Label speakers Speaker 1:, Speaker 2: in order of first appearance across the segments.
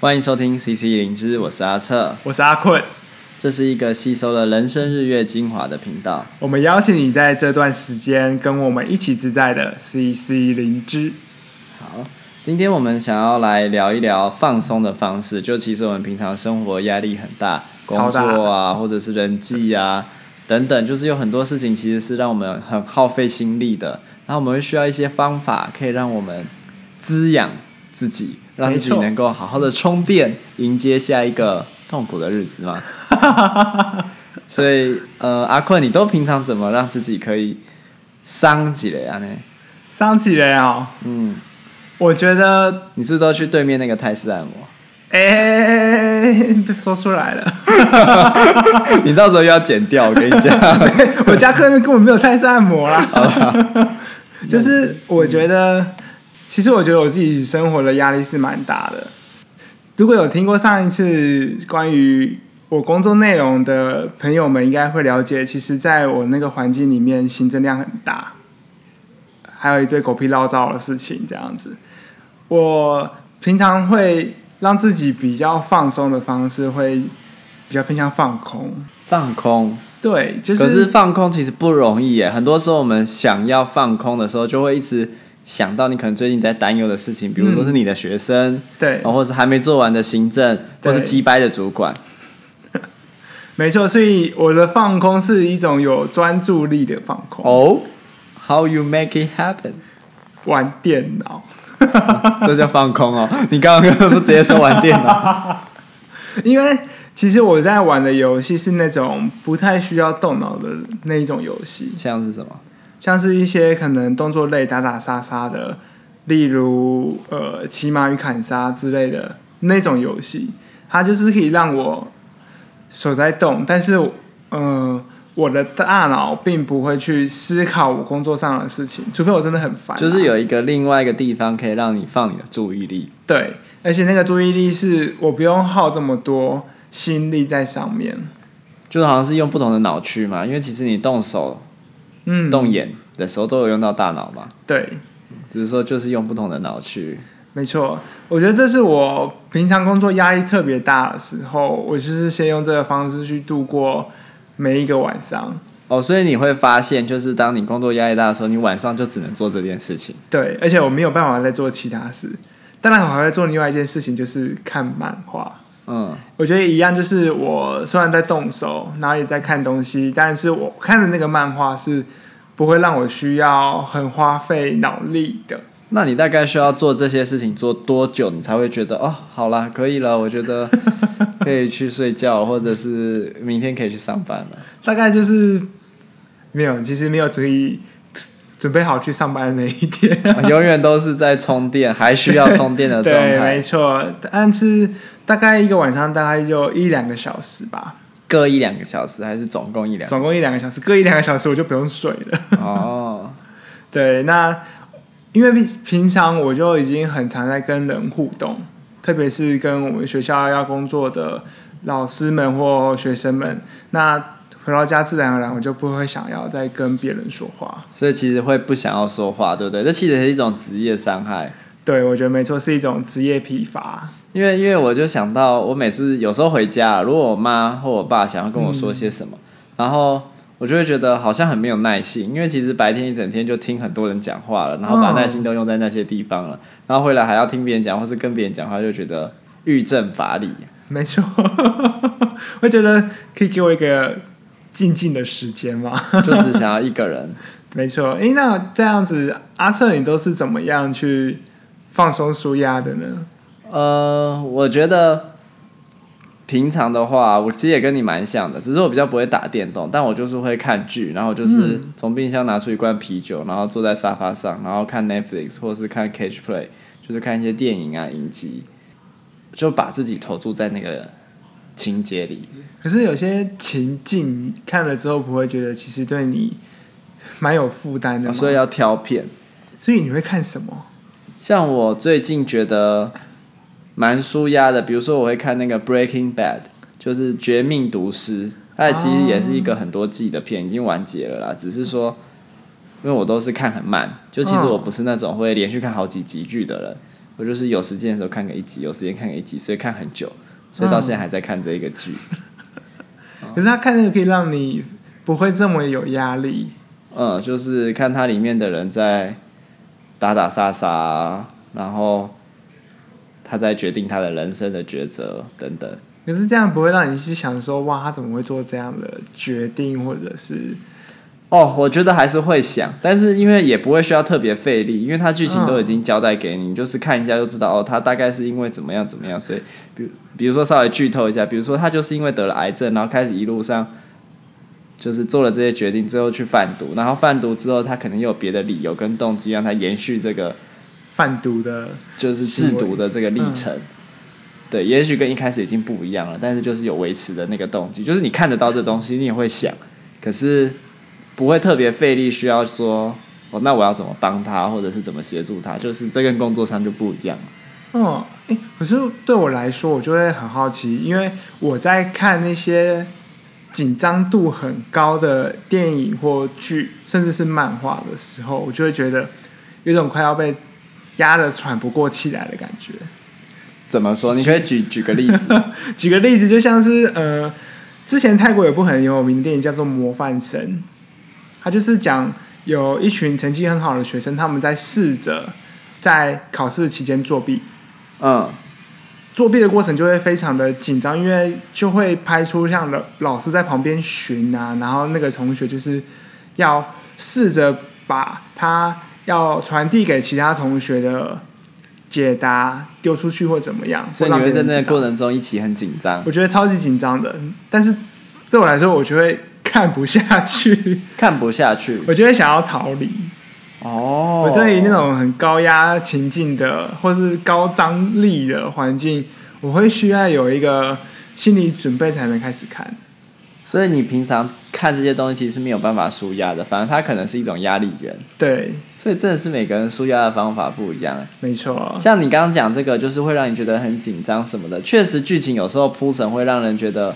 Speaker 1: 欢迎收听 CC 灵芝，我是阿策，
Speaker 2: 我是阿困。
Speaker 1: 这是一个吸收了人生日月精华的频道。
Speaker 2: 我们邀请你在这段时间跟我们一起自在的 CC 灵芝。
Speaker 1: 好，今天我们想要来聊一聊放松的方式。就其实我们平常生活压力很大，工
Speaker 2: 超大
Speaker 1: 作啊，或者是人际啊等等，就是有很多事情其实是让我们很耗费心力的。然后我们会需要一些方法，可以让我们滋养自己，让自己
Speaker 2: 没错
Speaker 1: 能够好好的充电，迎接下一个痛苦的日子 嘛。所以，呃，阿坤，你都平常怎么让自己可以伤几类啊？呢，
Speaker 2: 桑起人哦，
Speaker 1: 嗯，
Speaker 2: 我觉得，
Speaker 1: 你是不是都去对面那个泰式按摩？
Speaker 2: 哎、说出来了，
Speaker 1: 你到时候又要剪掉，我跟你 讲。
Speaker 2: 我家客人根本没有泰式按摩
Speaker 1: 哦
Speaker 2: 啦。 就是我觉得，其实我觉得我自己生活的压力是蛮大的。如果有听过上一次关于我工作内容的朋友们，应该会了解，其实在我那个环境里面，行政量很大，还有一堆狗屁唠叨的事情，这样子。我平常会让自己比较放松的方式，会比较偏向放空。
Speaker 1: 放空，
Speaker 2: 对，就是
Speaker 1: 可是放空其实不容易耶。很多时候我们想要放空的时候，就会一直想到你可能最近在担忧的事情，比如说是你的学生，
Speaker 2: 嗯对
Speaker 1: 然，后或是还没做完的行政，或
Speaker 2: 对
Speaker 1: 是鸡掰的主管。
Speaker 2: 没错，所以我的放空是一种有专注力的放空。
Speaker 1: 哦、h o w you make it happen？
Speaker 2: 玩电脑，
Speaker 1: 这叫放空哦。 你刚刚不直接说玩电脑？
Speaker 2: 因为其实我在玩的游戏是那种不太需要动脑的那一种游戏，
Speaker 1: 像是什么？
Speaker 2: 像是一些可能动作类打打杀杀的，例如呃骑马与砍杀之类的那种游戏，它就是可以让我手在动，但是呃我的大脑并不会去思考我工作上的事情，除非我真的很烦啊、
Speaker 1: 就是有一个另外一个地方可以让你放你的注意力。
Speaker 2: 对，而且那个注意力是我不用耗这么多心力在上面。
Speaker 1: 就是好像是用不同的脑区嘛，因为其实你动手、
Speaker 2: 嗯，
Speaker 1: 动眼的时候都有用到大脑嘛，
Speaker 2: 对，
Speaker 1: 只是说就是用不同的脑区。
Speaker 2: 没错。我觉得这是我平常工作压力特别大的时候，我就是先用这个方式去度过每一个晚上。
Speaker 1: 哦，所以你会发现，就是当你工作压力大的时候，你晚上就只能做这件事情。
Speaker 2: 对，而且我没有办法再做其他事。当然，我还会做另外一件事情，就是看漫画。
Speaker 1: 嗯，
Speaker 2: 我觉得一样，就是我虽然在动手，然后也在看东西，但是我看的那个漫画是不会让我需要很花费脑力的。
Speaker 1: 那你大概需要做这些事情做多久，你才会觉得哦，好啦，可以了，我觉 得可以去睡觉，或者是明天可以去上班了。
Speaker 2: 大概就是没有，其实没有准备准备好去上班的那一天。
Speaker 1: 啊永远都是在充电，还需要充电的状
Speaker 2: 对，
Speaker 1: 态
Speaker 2: 没，错，但是大概一个晚上大概就一两个小时吧，
Speaker 1: 各一两个小时，还是总共一两？
Speaker 2: 总共一两个小时，各一两个小时我就不用睡了。
Speaker 1: 哦，
Speaker 2: 对，那因为平平常我就已经很常在跟人互动，特别是跟我们学校要工作的老师们或学生们，那回到家自然而然我就不会想要再跟别人说话。
Speaker 1: 所以其实会不想要说话，对不对？这其实是一种职业伤害，
Speaker 2: 对，我觉得没错，是一种职业疲乏。
Speaker 1: 因为因为我就想到，我每次有时候回家，如果我妈或我爸想要跟我说些什么，然后我就会觉得好像很没有耐心，因为其实白天一整天就听很多人讲话了，然后把
Speaker 2: 嗯
Speaker 1: 耐心都用在那些地方了，然后回来还要听别人讲，或是跟别人讲话，就觉得欲正乏力。
Speaker 2: 没错， 我觉得可以给我一个静静的时间吗？
Speaker 1: 就只想要一个人。
Speaker 2: 没错，诶，那这样子，阿策你都是怎么样去放松舒压的呢？
Speaker 1: 呃，我觉得平常的话，我其实也跟你蛮像的，只是我比较不会打电动，但我就是会看剧，然后就是从冰箱拿出一罐啤酒，然后坐在沙发上，然后看 Netflix 或是看 Catch Play，就是看一些电影啊、影集，就把自己投注在那个情节里。
Speaker 2: 可是有些情境看了之后，不会觉得其实对你蛮有负担的吗？
Speaker 1: 哦所以啊要挑片。
Speaker 2: 所以你会看什么？
Speaker 1: 像我最近觉得蛮舒压的，比如说我会看那个《Breaking Bad》，就是《绝命毒师》，它其实也是一个很多季的片，已经完结了啦。只是说，因为我都是看很慢，就其实
Speaker 2: 嗯
Speaker 1: 我不是那种会连续看好几集剧的人，我就是有时间的时候看个一集，有时间看个一集，所以看很久，所以到现在还在看这一个剧。哦
Speaker 2: 可是他看那个可以让你不会这么有压力。
Speaker 1: 嗯，就是看它里面的人在打打杀杀，然后他在决定他的人生的抉择等等。
Speaker 2: 可是这样不会让你去想说，哇，他怎么会做这样的决定，或者是
Speaker 1: 哦，我觉得还是会想，但是因为也不会需要特别费力，因为它剧情都已经交代给你，你就是看一下就知道哦，他大概是因为怎么样怎么样，所以比如比如说稍微剧透一下，比如说他就是因为得了癌症，然后开始一路上就是做了这些决定，最后去贩毒，然后贩毒之后他可能又有别的理由跟动机让他延续这个
Speaker 2: 贩毒的？
Speaker 1: 就是制毒的这个历
Speaker 2: 嗯
Speaker 1: 程。对，也许跟一开始已经不一样了，但是就是有维持的那个动机，就是你看得到这东西，你也会想，可是不会特别费力，需要说哦，那我要怎么帮他，或者是怎么协助他，就是这跟工作上就不一样。
Speaker 2: 哦，哎、可是对我来说，我就会很好奇，因为我在看那些紧张度很高的电影或剧，甚至是漫画的时候，我就会觉得有种快要被压得喘不过气来的感觉。
Speaker 1: 怎么说？你可以举举个例 子。
Speaker 2: 举个例子，就像是呃，之前泰国有部很有名的电影叫做《模范生》，它就是讲有一群成绩很好的学生，他们在试着在考试期间作弊，
Speaker 1: 嗯，
Speaker 2: 作弊的过程就会非常的紧张，因为就会拍出像老老师在旁边巡啊，然后那个同学就是要试着把他要传递给其他同学的解答丢出去或怎么样，
Speaker 1: 所以
Speaker 2: 或
Speaker 1: 你
Speaker 2: 让
Speaker 1: 会
Speaker 2: 别
Speaker 1: 在
Speaker 2: 人
Speaker 1: 那
Speaker 2: 知
Speaker 1: 个
Speaker 2: 道
Speaker 1: 过程中一起很紧张，
Speaker 2: 我觉得超级紧张的，但是对我来说，我就会看不下去，
Speaker 1: 看不下去。
Speaker 2: 我就会想要逃离。
Speaker 1: 哦，
Speaker 2: 我对于那种很高压情境的，或是高张力的环境，我会需要有一个心理准备才能开始看。
Speaker 1: 所以你平常看这些东西其实是没有办法舒压的，反而它可能是一种压力源。
Speaker 2: 对，
Speaker 1: 所以真的是每个人舒压的方法不一样。
Speaker 2: 没错，
Speaker 1: 像你刚刚讲这个，就是会让你觉得很紧张什么的。确实，剧情有时候铺陈会让人觉得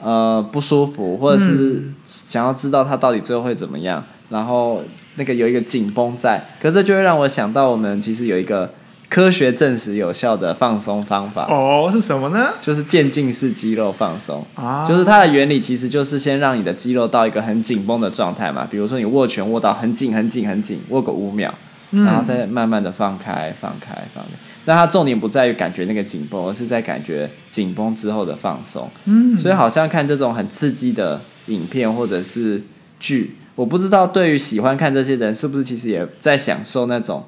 Speaker 1: 呃不舒服，或者是想要知道他到底最后会怎么样，然后那个有一个紧绷在。可是这就会让我想到，我们其实有一个科学证实有效的放松方法，
Speaker 2: 哦，是什么呢？
Speaker 1: 就是渐进式肌肉放松。
Speaker 2: 啊，
Speaker 1: 就是它的原理其实就是先让你的肌肉到一个很紧绷的状态嘛，比如说你握拳握到很紧很紧很紧，握个五秒，
Speaker 2: 嗯
Speaker 1: 然后再慢慢的放开放开放开。那它重点不在于感觉那个紧绷，而是在感觉紧绷之后的放松。
Speaker 2: 嗯，
Speaker 1: 所以好像看这种很刺激的影片或者是剧，我不知道对于喜欢看这些人是不是其实也在享受那种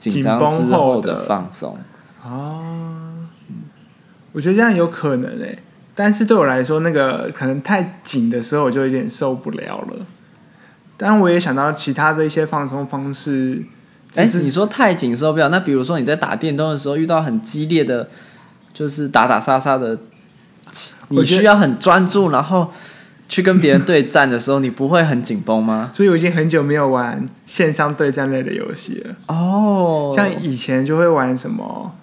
Speaker 1: 紧张
Speaker 2: 紧绷
Speaker 1: 之
Speaker 2: 后
Speaker 1: 后
Speaker 2: 的
Speaker 1: 的放松。
Speaker 2: 哦，我觉得这样有可能诶、但是对我来说，那个可能太紧的时候，我就有点受不了了。但我也想到其他的一些放松方式，
Speaker 1: 哎、
Speaker 2: 这
Speaker 1: 你说太紧受不了，那比如说你在打电动的时候遇到很激烈的，就是打打杀杀的，
Speaker 2: 我
Speaker 1: 你
Speaker 2: 觉得
Speaker 1: 需要很专注，然后去跟别人对战的时候，你不会很紧绷吗？
Speaker 2: 所以我已经很久没有玩线上对战类的游戏了。
Speaker 1: 哦，
Speaker 2: 像以前就会玩什么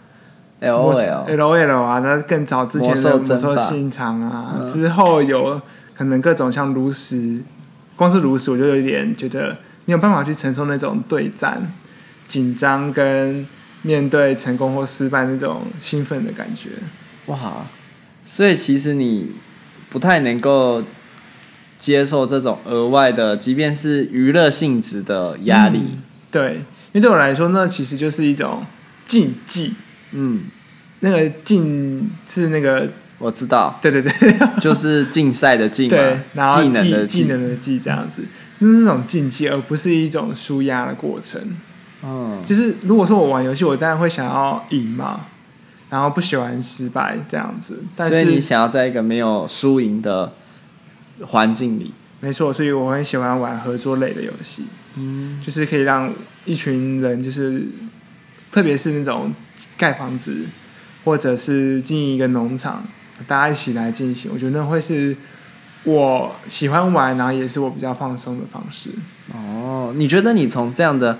Speaker 1: L O L，
Speaker 2: L O L 啊，那更早之前的
Speaker 1: 魔兽争
Speaker 2: 魔兽
Speaker 1: 霸嗯
Speaker 2: 信长啊，之后有可能各种像炉石，光是炉石我就有点觉得没有办法去承受那种对战、紧张跟面对成功或失败那种兴奋的感觉。
Speaker 1: 哇，所以其实你不太能够接受这种额外的，即便是娱乐性质的压力。
Speaker 2: 对，因为对我来说，那其实就是一种竞技，
Speaker 1: 嗯，
Speaker 2: 那个竞是那个
Speaker 1: 我知道，
Speaker 2: 对对 对。
Speaker 1: 就是竞赛的竞
Speaker 2: 对
Speaker 1: 嘛，，
Speaker 2: 然后
Speaker 1: 技能
Speaker 2: 技
Speaker 1: 的
Speaker 2: 技能的技这样子，就是那种竞技，而不是一种舒压的过程。
Speaker 1: 嗯。
Speaker 2: 就是如果说我玩游戏，我当然会想要赢嘛，然后不喜欢失败这样子。但
Speaker 1: 所以你
Speaker 2: 是
Speaker 1: 想要在一个没有输赢的环境里，
Speaker 2: 没错，所以我很喜欢玩合作类的游戏，
Speaker 1: 嗯，
Speaker 2: 就是可以让一群人，就是特别是那种盖房子或者是经营一个农场，大家一起来进行，我觉得那会是。我喜欢玩，然后也是我比较放松的方式。
Speaker 1: 哦，你觉得你从这样的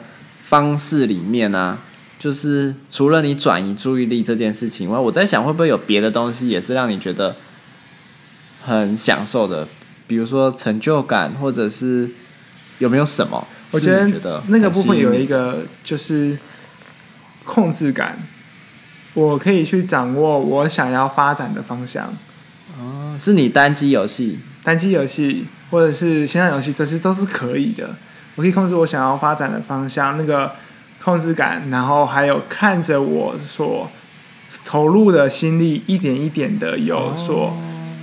Speaker 1: 方式里面呢、就是除了你转移注意力这件事情以外，我在想会不会有别的东西也是让你觉得很享受的，比如说成就感，或者是有没有什么？
Speaker 2: 我
Speaker 1: 是
Speaker 2: 觉
Speaker 1: 你
Speaker 2: 得
Speaker 1: 觉得
Speaker 2: 那个
Speaker 1: 很
Speaker 2: 部
Speaker 1: 吸
Speaker 2: 分
Speaker 1: 引
Speaker 2: 有
Speaker 1: 你
Speaker 2: 一个就是控制感，我可以去掌握我想要发展的方向。
Speaker 1: 哦是你单机游戏，
Speaker 2: 单机游戏或者是线上游戏，都是都是可以的。我可以控制我想要发展的方向，那个控制感，然后还有看着我所投入的心力一点一点的
Speaker 1: 哦
Speaker 2: 有所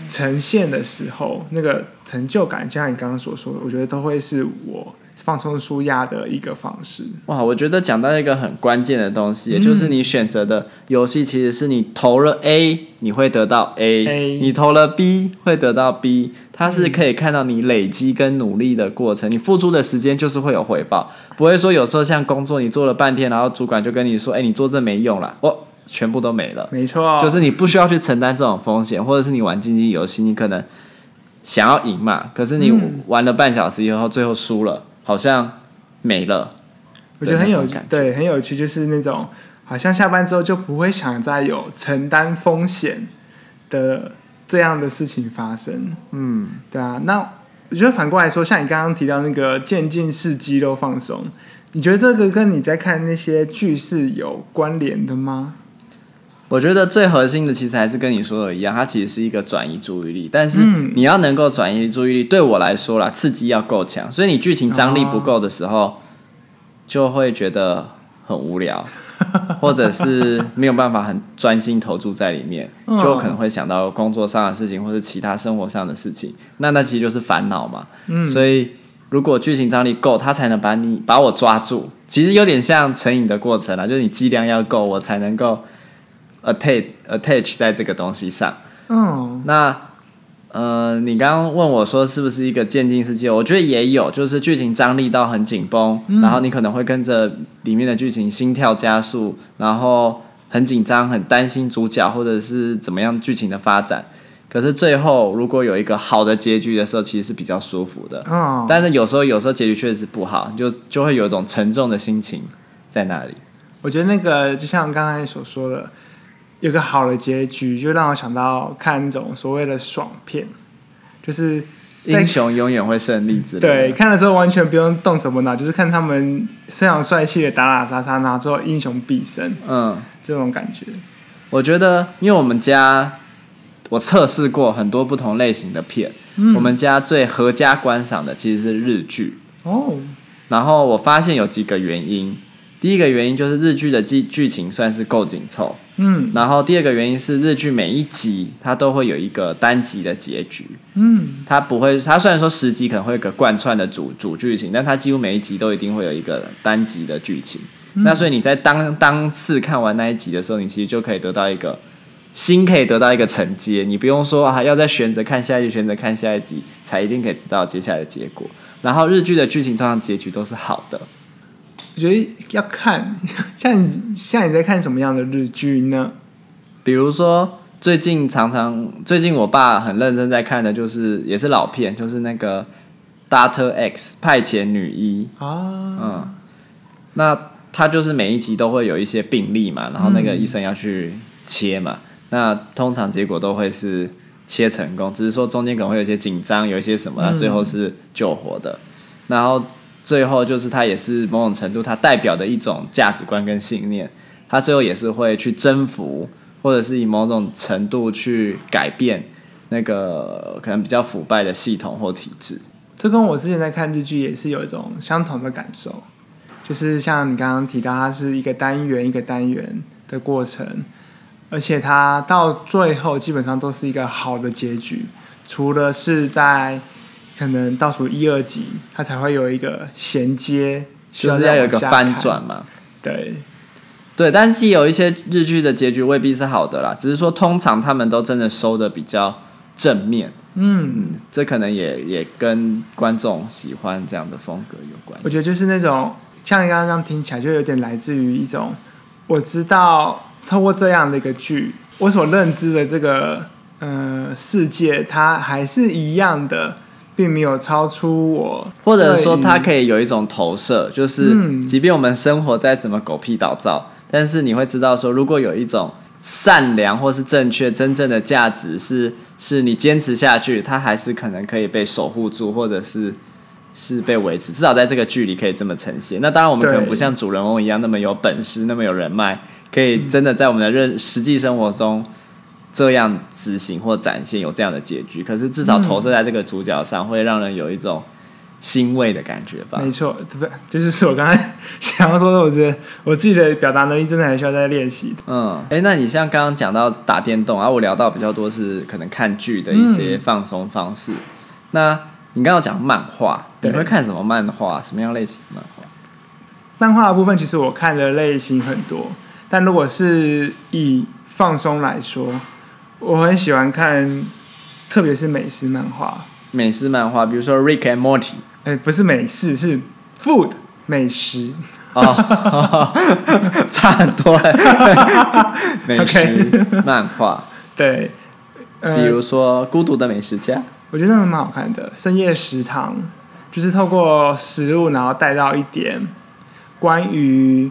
Speaker 2: 呈现的时候，那个成就感，就像你刚刚所说的，我觉得都会是我放松舒压的一个方式。
Speaker 1: 哇，我觉得讲到一个很关键的东西，也就是你选择的游戏其实是你投了 A，你会得到 A；
Speaker 2: A
Speaker 1: 你投了 B，会得到 B。它是可以看到你累积跟努力的过程，你付出的时间就是会有回报，不会说有时候像工作你做了半天，然后主管就跟你说：“哎、你做这没用啦，哦，全部都没了。”
Speaker 2: 没 错，
Speaker 1: 就是你不需要去承担这种风险，或者是你玩竞技游戏，你可能想要赢嘛，可是你玩了半小时以后，最后输了，好像没了。
Speaker 2: 我觉得很有
Speaker 1: 那种感觉
Speaker 2: 对很有趣，就是那种好像下班之后就不会想再有承担风险的这样的事情发生。
Speaker 1: 嗯，
Speaker 2: 对啊，那我觉得反过来说，像你刚刚提到那个渐进式肌肉放松，你觉得这个跟你在看那些剧是有关联的吗？
Speaker 1: 我觉得最核心的其实还是跟你说的一样，它其实是一个转移注意力，但是
Speaker 2: 嗯
Speaker 1: 你要能够转移注意力，对我来说啦，刺激要够强，所以你剧情张力不够的时候，
Speaker 2: 哦
Speaker 1: 就会觉得很无聊， 或者是没有办法很专心投注在里面，
Speaker 2: 嗯
Speaker 1: 就可能会想到工作上的事情，或者其他生活上的事情，那那其实就是烦恼嘛。
Speaker 2: 嗯
Speaker 1: 所以如果剧情张力够，它才能把你把我抓住。其实有点像成瘾的过程啦，就是你剂量要够，我才能够 attach attach 在这个东西上。
Speaker 2: 嗯，
Speaker 1: 那呃，你刚刚问我说是不是一个渐进式肌肉，我觉得也有，就是剧情张力到很紧绷，
Speaker 2: 嗯
Speaker 1: 然后你可能会跟着里面的剧情心跳加速，然后很紧张、很担心主角或者是怎么样剧情的发展。可是最后如果有一个好的结局的时候，其实是比较舒服的。
Speaker 2: 哦，
Speaker 1: 但是有时候，有时候结局确实不好，你就就会有一种沉重的心情在那里。
Speaker 2: 我觉得那个就像刚才所说的，有个好的结局，就让我想到看那种所谓的爽片，就是在
Speaker 1: 英雄永远会胜利之类的。
Speaker 2: 对，看的时候完全不用动什么脑，就是看他们非常帅气的打打杀杀，然后最后英雄必胜
Speaker 1: 嗯。
Speaker 2: 这种感觉。
Speaker 1: 我觉得，因为我们家我测试过很多不同类型的片，我们家最合家观赏的其实是日剧。
Speaker 2: 哦，
Speaker 1: 然后我发现有几个原因，第一个原因就是日剧的剧剧情算是够紧凑，
Speaker 2: 嗯
Speaker 1: 然后第二个原因是日剧每一集它都会有一个单集的结局，
Speaker 2: 嗯，
Speaker 1: 它不会，它虽然说十集可能会有个贯穿的主主剧情，但它几乎每一集都一定会有一个单集的剧情。那所以你在当当次看完那一集的时候，你其实就可以得到一个心可以得到一个承接，你不用说啊要再选择看下一集，选择看下一集才一定可以知道接下来的结果。然后日剧的剧情通常结局都是好的，
Speaker 2: 我觉得要看， 像你像你在看什么样的日剧呢？
Speaker 1: 比如说最近常常最近我爸很认真在看的就是也是老片，就是那个《Doctor X》派遣女医。
Speaker 2: 啊，
Speaker 1: 嗯，那他就是每一集都会有一些病例嘛，然后
Speaker 2: 嗯
Speaker 1: 那个医生要去切嘛，那通常结果都会是切成功，只是说中间可能会有一些紧张，有一些什么，
Speaker 2: 嗯
Speaker 1: 那最后是救活的，然后最后就是他也是某种程度他代表的一种价值观跟信念，他最后也是会去征服，或者是以某种程度去改变。那个可能比较腐败的系统或体制，
Speaker 2: 这跟我之前在看日剧也是有一种相同的感受，就是像你刚刚提到，它是一个单元一个单元的过程，而且它到最后基本上都是一个好的结局，除了是在可能倒数一二集，它才会有一个衔接，需
Speaker 1: 就是
Speaker 2: 再
Speaker 1: 要有一
Speaker 2: 往
Speaker 1: 个
Speaker 2: 下
Speaker 1: 翻
Speaker 2: 看。
Speaker 1: 转嘛。
Speaker 2: 对，
Speaker 1: 对，但是有一些日剧的结局未必是好的啦，只是说通常他们都真的收的比较正面，
Speaker 2: 嗯，
Speaker 1: 这可能也也跟观众喜欢这样的风格有关
Speaker 2: 我。觉得就是那种像你刚刚这样听起来，就有点来自于一种我知道透过这样的一个剧，我所认知的这个呃世界，它还是一样的，并没有超出我，
Speaker 1: 或者说，它
Speaker 2: 以
Speaker 1: 可以有一种投射，就是
Speaker 2: 嗯
Speaker 1: 即便我们生活在怎么狗屁倒灶，但是你会知道说，如果有一种善良或是正确真正的价值是是你坚持下去，它还是可能可以被守护住，或者是是被维持，至少在这个剧里可以这么呈现。那当然，我们可能
Speaker 2: 对
Speaker 1: 不像主人翁一样那么有本事，那么有人脉，可以真的在我们的认实际生活中这样执行或展现有这样的结局。可是至
Speaker 2: 嗯
Speaker 1: 少投射在这个主角上，会让人有一种欣慰的感觉吧
Speaker 2: 没。错，对不？这就是我刚才想要说的，我觉得我自己的表达能力真的还需要再练习。
Speaker 1: 嗯，哎、那你像刚刚讲到打电动，然、啊后我聊到比较多是可能看剧的一些放松方式。那你刚刚有讲漫画，你
Speaker 2: 对
Speaker 1: 会看什么漫画？什么样类型的漫画？
Speaker 2: 漫画的部分，其实我看的类型很多，但如果是以放松来说，我很喜欢看，特别是美式漫画。
Speaker 1: 美式漫画，比如说《Rick and Morty》
Speaker 2: 哎、不是美式，是 food 美食。
Speaker 1: 哦， 差很多了。 美食
Speaker 2: OK
Speaker 1: 漫画，
Speaker 2: 对，呃，
Speaker 1: 比如说《孤独的美食家》
Speaker 2: 我觉得那个蛮好看的，《深夜食堂》就是透过食物，然后带到一点关于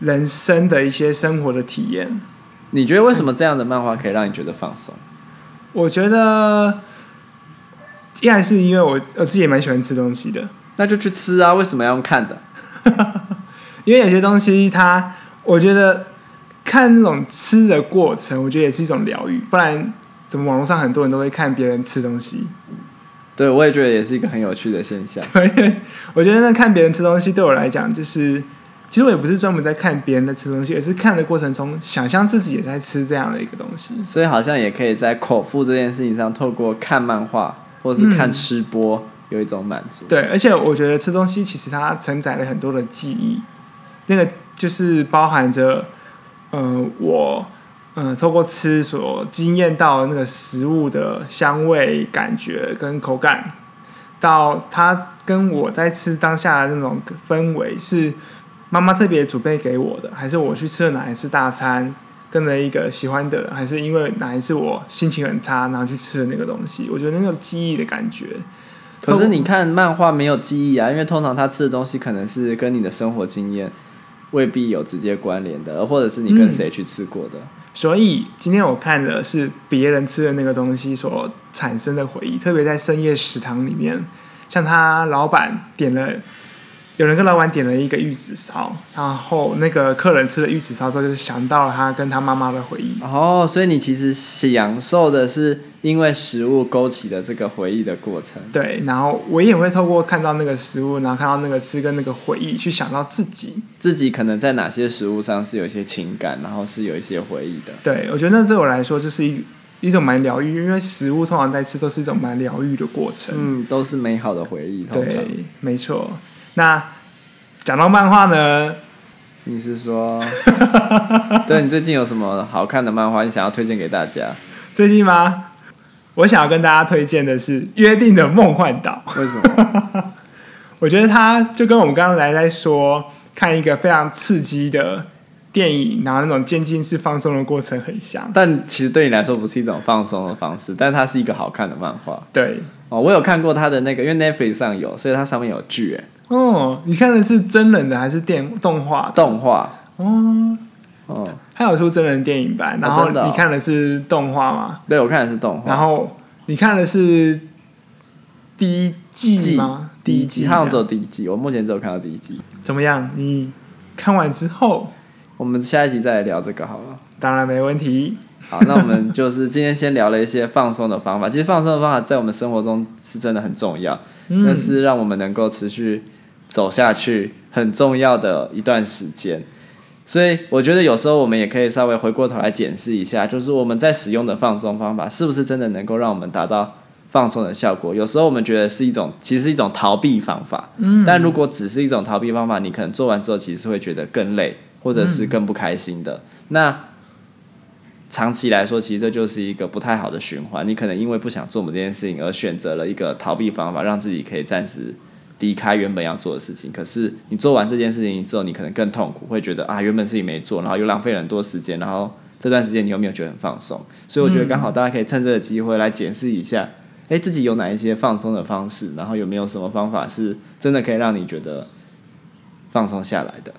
Speaker 2: 人生的一些生活的体验。
Speaker 1: 你觉得为什么这样的漫画可以让你觉得放松？
Speaker 2: 我觉得依然是因为我我自己也蛮喜欢吃东西的，
Speaker 1: 那就去吃啊！为什么要用看的？
Speaker 2: 因为有些东西它，我觉得看那种吃的过程，我觉得也是一种疗愈。不然，怎么网络上很多人都会看别人吃东西？
Speaker 1: 对，我也觉得也是一个很有趣的现象。
Speaker 2: 我觉得那看别人吃东西对我来讲，就是其实我也不是专门在看别人在吃东西，而是看的过程中想象自己也在吃这样的一个东西。
Speaker 1: 所以好像也可以在口腹这件事情上，透过看漫画或是看
Speaker 2: 嗯
Speaker 1: 吃播，有一种满足。
Speaker 2: 对，而且我觉得吃东西其实它承载了很多的记忆，那个就是包含着，呃，我，呃，透过吃所经验到那个食物的香味、感觉跟口感，到它跟我在吃当下的那种氛围，是妈妈特别准备给我的，还是我去吃了哪一次大餐，跟了一个喜欢的人，还是因为哪一次我心情很差，然后去吃了那个东西，我觉得那种记忆的感觉。
Speaker 1: 可是你看漫画没有记忆啊，因为通常他吃的东西可能是跟你的生活经验未必有直接关联的，或者是你跟谁去吃过的。
Speaker 2: 所以今天我看的是别人吃的那个东西所产生的回忆，特别在深夜食堂里面，像他老板点了，有人跟老板点了一个玉子烧，然后那个客人吃了玉子烧之后，就是想到了他跟他妈妈的回忆。
Speaker 1: 哦，所以你其实享受的是因为食物勾起的这个回忆的过程。
Speaker 2: 对，然后我也会透过看到那个食物，然后看到那个吃跟那个回忆，去想到自己。
Speaker 1: 自己可能在哪些食物上是有一些情感，然后是有一些回忆的。
Speaker 2: 对我觉得那对我来说就是一一种蛮疗愈，因为食物通常在吃都是一种蛮疗愈的过程。
Speaker 1: 嗯，都是美好的回忆。通常
Speaker 2: 对，没错。那讲到漫画呢，
Speaker 1: 你是 说，对你最近有什么好看的漫画，你想要推荐给大家？
Speaker 2: 最近吗？我想要跟大家推荐的是《约定的梦幻岛》，
Speaker 1: 为什么？
Speaker 2: 我觉得它就跟我们刚才在说看一个非常刺激的电影，然后那种渐进式放松的过程很像。
Speaker 1: 但其实对你来说不是一种放松的方式，但它是一个好看的漫画
Speaker 2: 对，
Speaker 1: 哦。我有看过它的那个，因为 Netflix 上有，所以它上面有剧、哎，
Speaker 2: 哦，你看的是真人的还是电动画的？
Speaker 1: 动画
Speaker 2: 哦，
Speaker 1: 哦。
Speaker 2: 它有出真人电影版，然
Speaker 1: 哦
Speaker 2: 后
Speaker 1: 真的哦哦
Speaker 2: 你看的是动画吗？
Speaker 1: 对，我看的是动画。
Speaker 2: 然后你看的是第一季
Speaker 1: 季
Speaker 2: 吗？
Speaker 1: 第一季，
Speaker 2: 季
Speaker 1: 它好像
Speaker 2: 这
Speaker 1: 只
Speaker 2: 样
Speaker 1: 有第一季，我目前只有看到第一季。
Speaker 2: 怎么样？你看完之后，
Speaker 1: 我们下一集再来聊这个好了。
Speaker 2: 当然没问题。
Speaker 1: 好，那我们就是今天先聊了一些放松的方法。其实放松的方法在我们生活中是真的很重要，
Speaker 2: 嗯
Speaker 1: 那是让我们能够持续走下去很重要的一段时间。所以我觉得有时候我们也可以稍微回过头来检视一下，就是我们在使用的放松方法是不是真的能够让我们达到放松的效果。有时候我们觉得是一种，其实是一种逃避方法。嗯，但如果只是一种逃避方法，你可能做完之后其实会觉得更累，或者是更不开心的。那长期来说，其实这就是一个不太好的循环。你可能因为不想做某件事情而选择了一个逃避方法，让自己可以暂时离开原本要做的事情。可是你做完这件事情之后，你可能更痛苦，会觉得啊，原本事情没做，然后又浪费了很多时间，然后这段时间你又没有觉得很放松。所以我觉得刚好大家可以趁这个机会来检视一下，诶，自己有哪一些放松的方式，然后有没有什么方法是真的可以让你觉得放松下来的。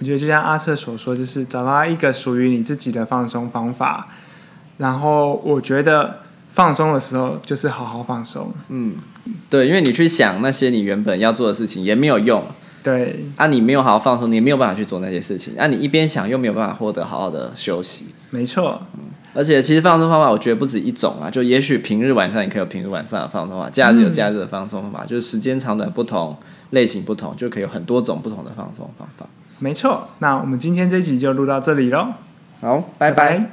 Speaker 2: 我觉得就像阿瑟所说，就是找到一个属于你自己的放松方法。然后我觉得放松的时候就是好好放松。
Speaker 1: 对，因为你去想那些你原本要做的事情也没有用，
Speaker 2: 对，
Speaker 1: 啊，你没有好好放松，你也没有办法去做那些事情。啊，你一边想又没有办法获得好好的休息。
Speaker 2: 没错，
Speaker 1: 而且其实放松方法，我觉得不止一种啊，就也许平日晚上你可以有平日晚上的放松法，假日有假日的放松方法，就是时间长短不同，类型不同，就可以有很多种不同的放松方法。
Speaker 2: 没错。那我们今天这集就录到这里喽，
Speaker 1: 好，拜拜
Speaker 2: 拜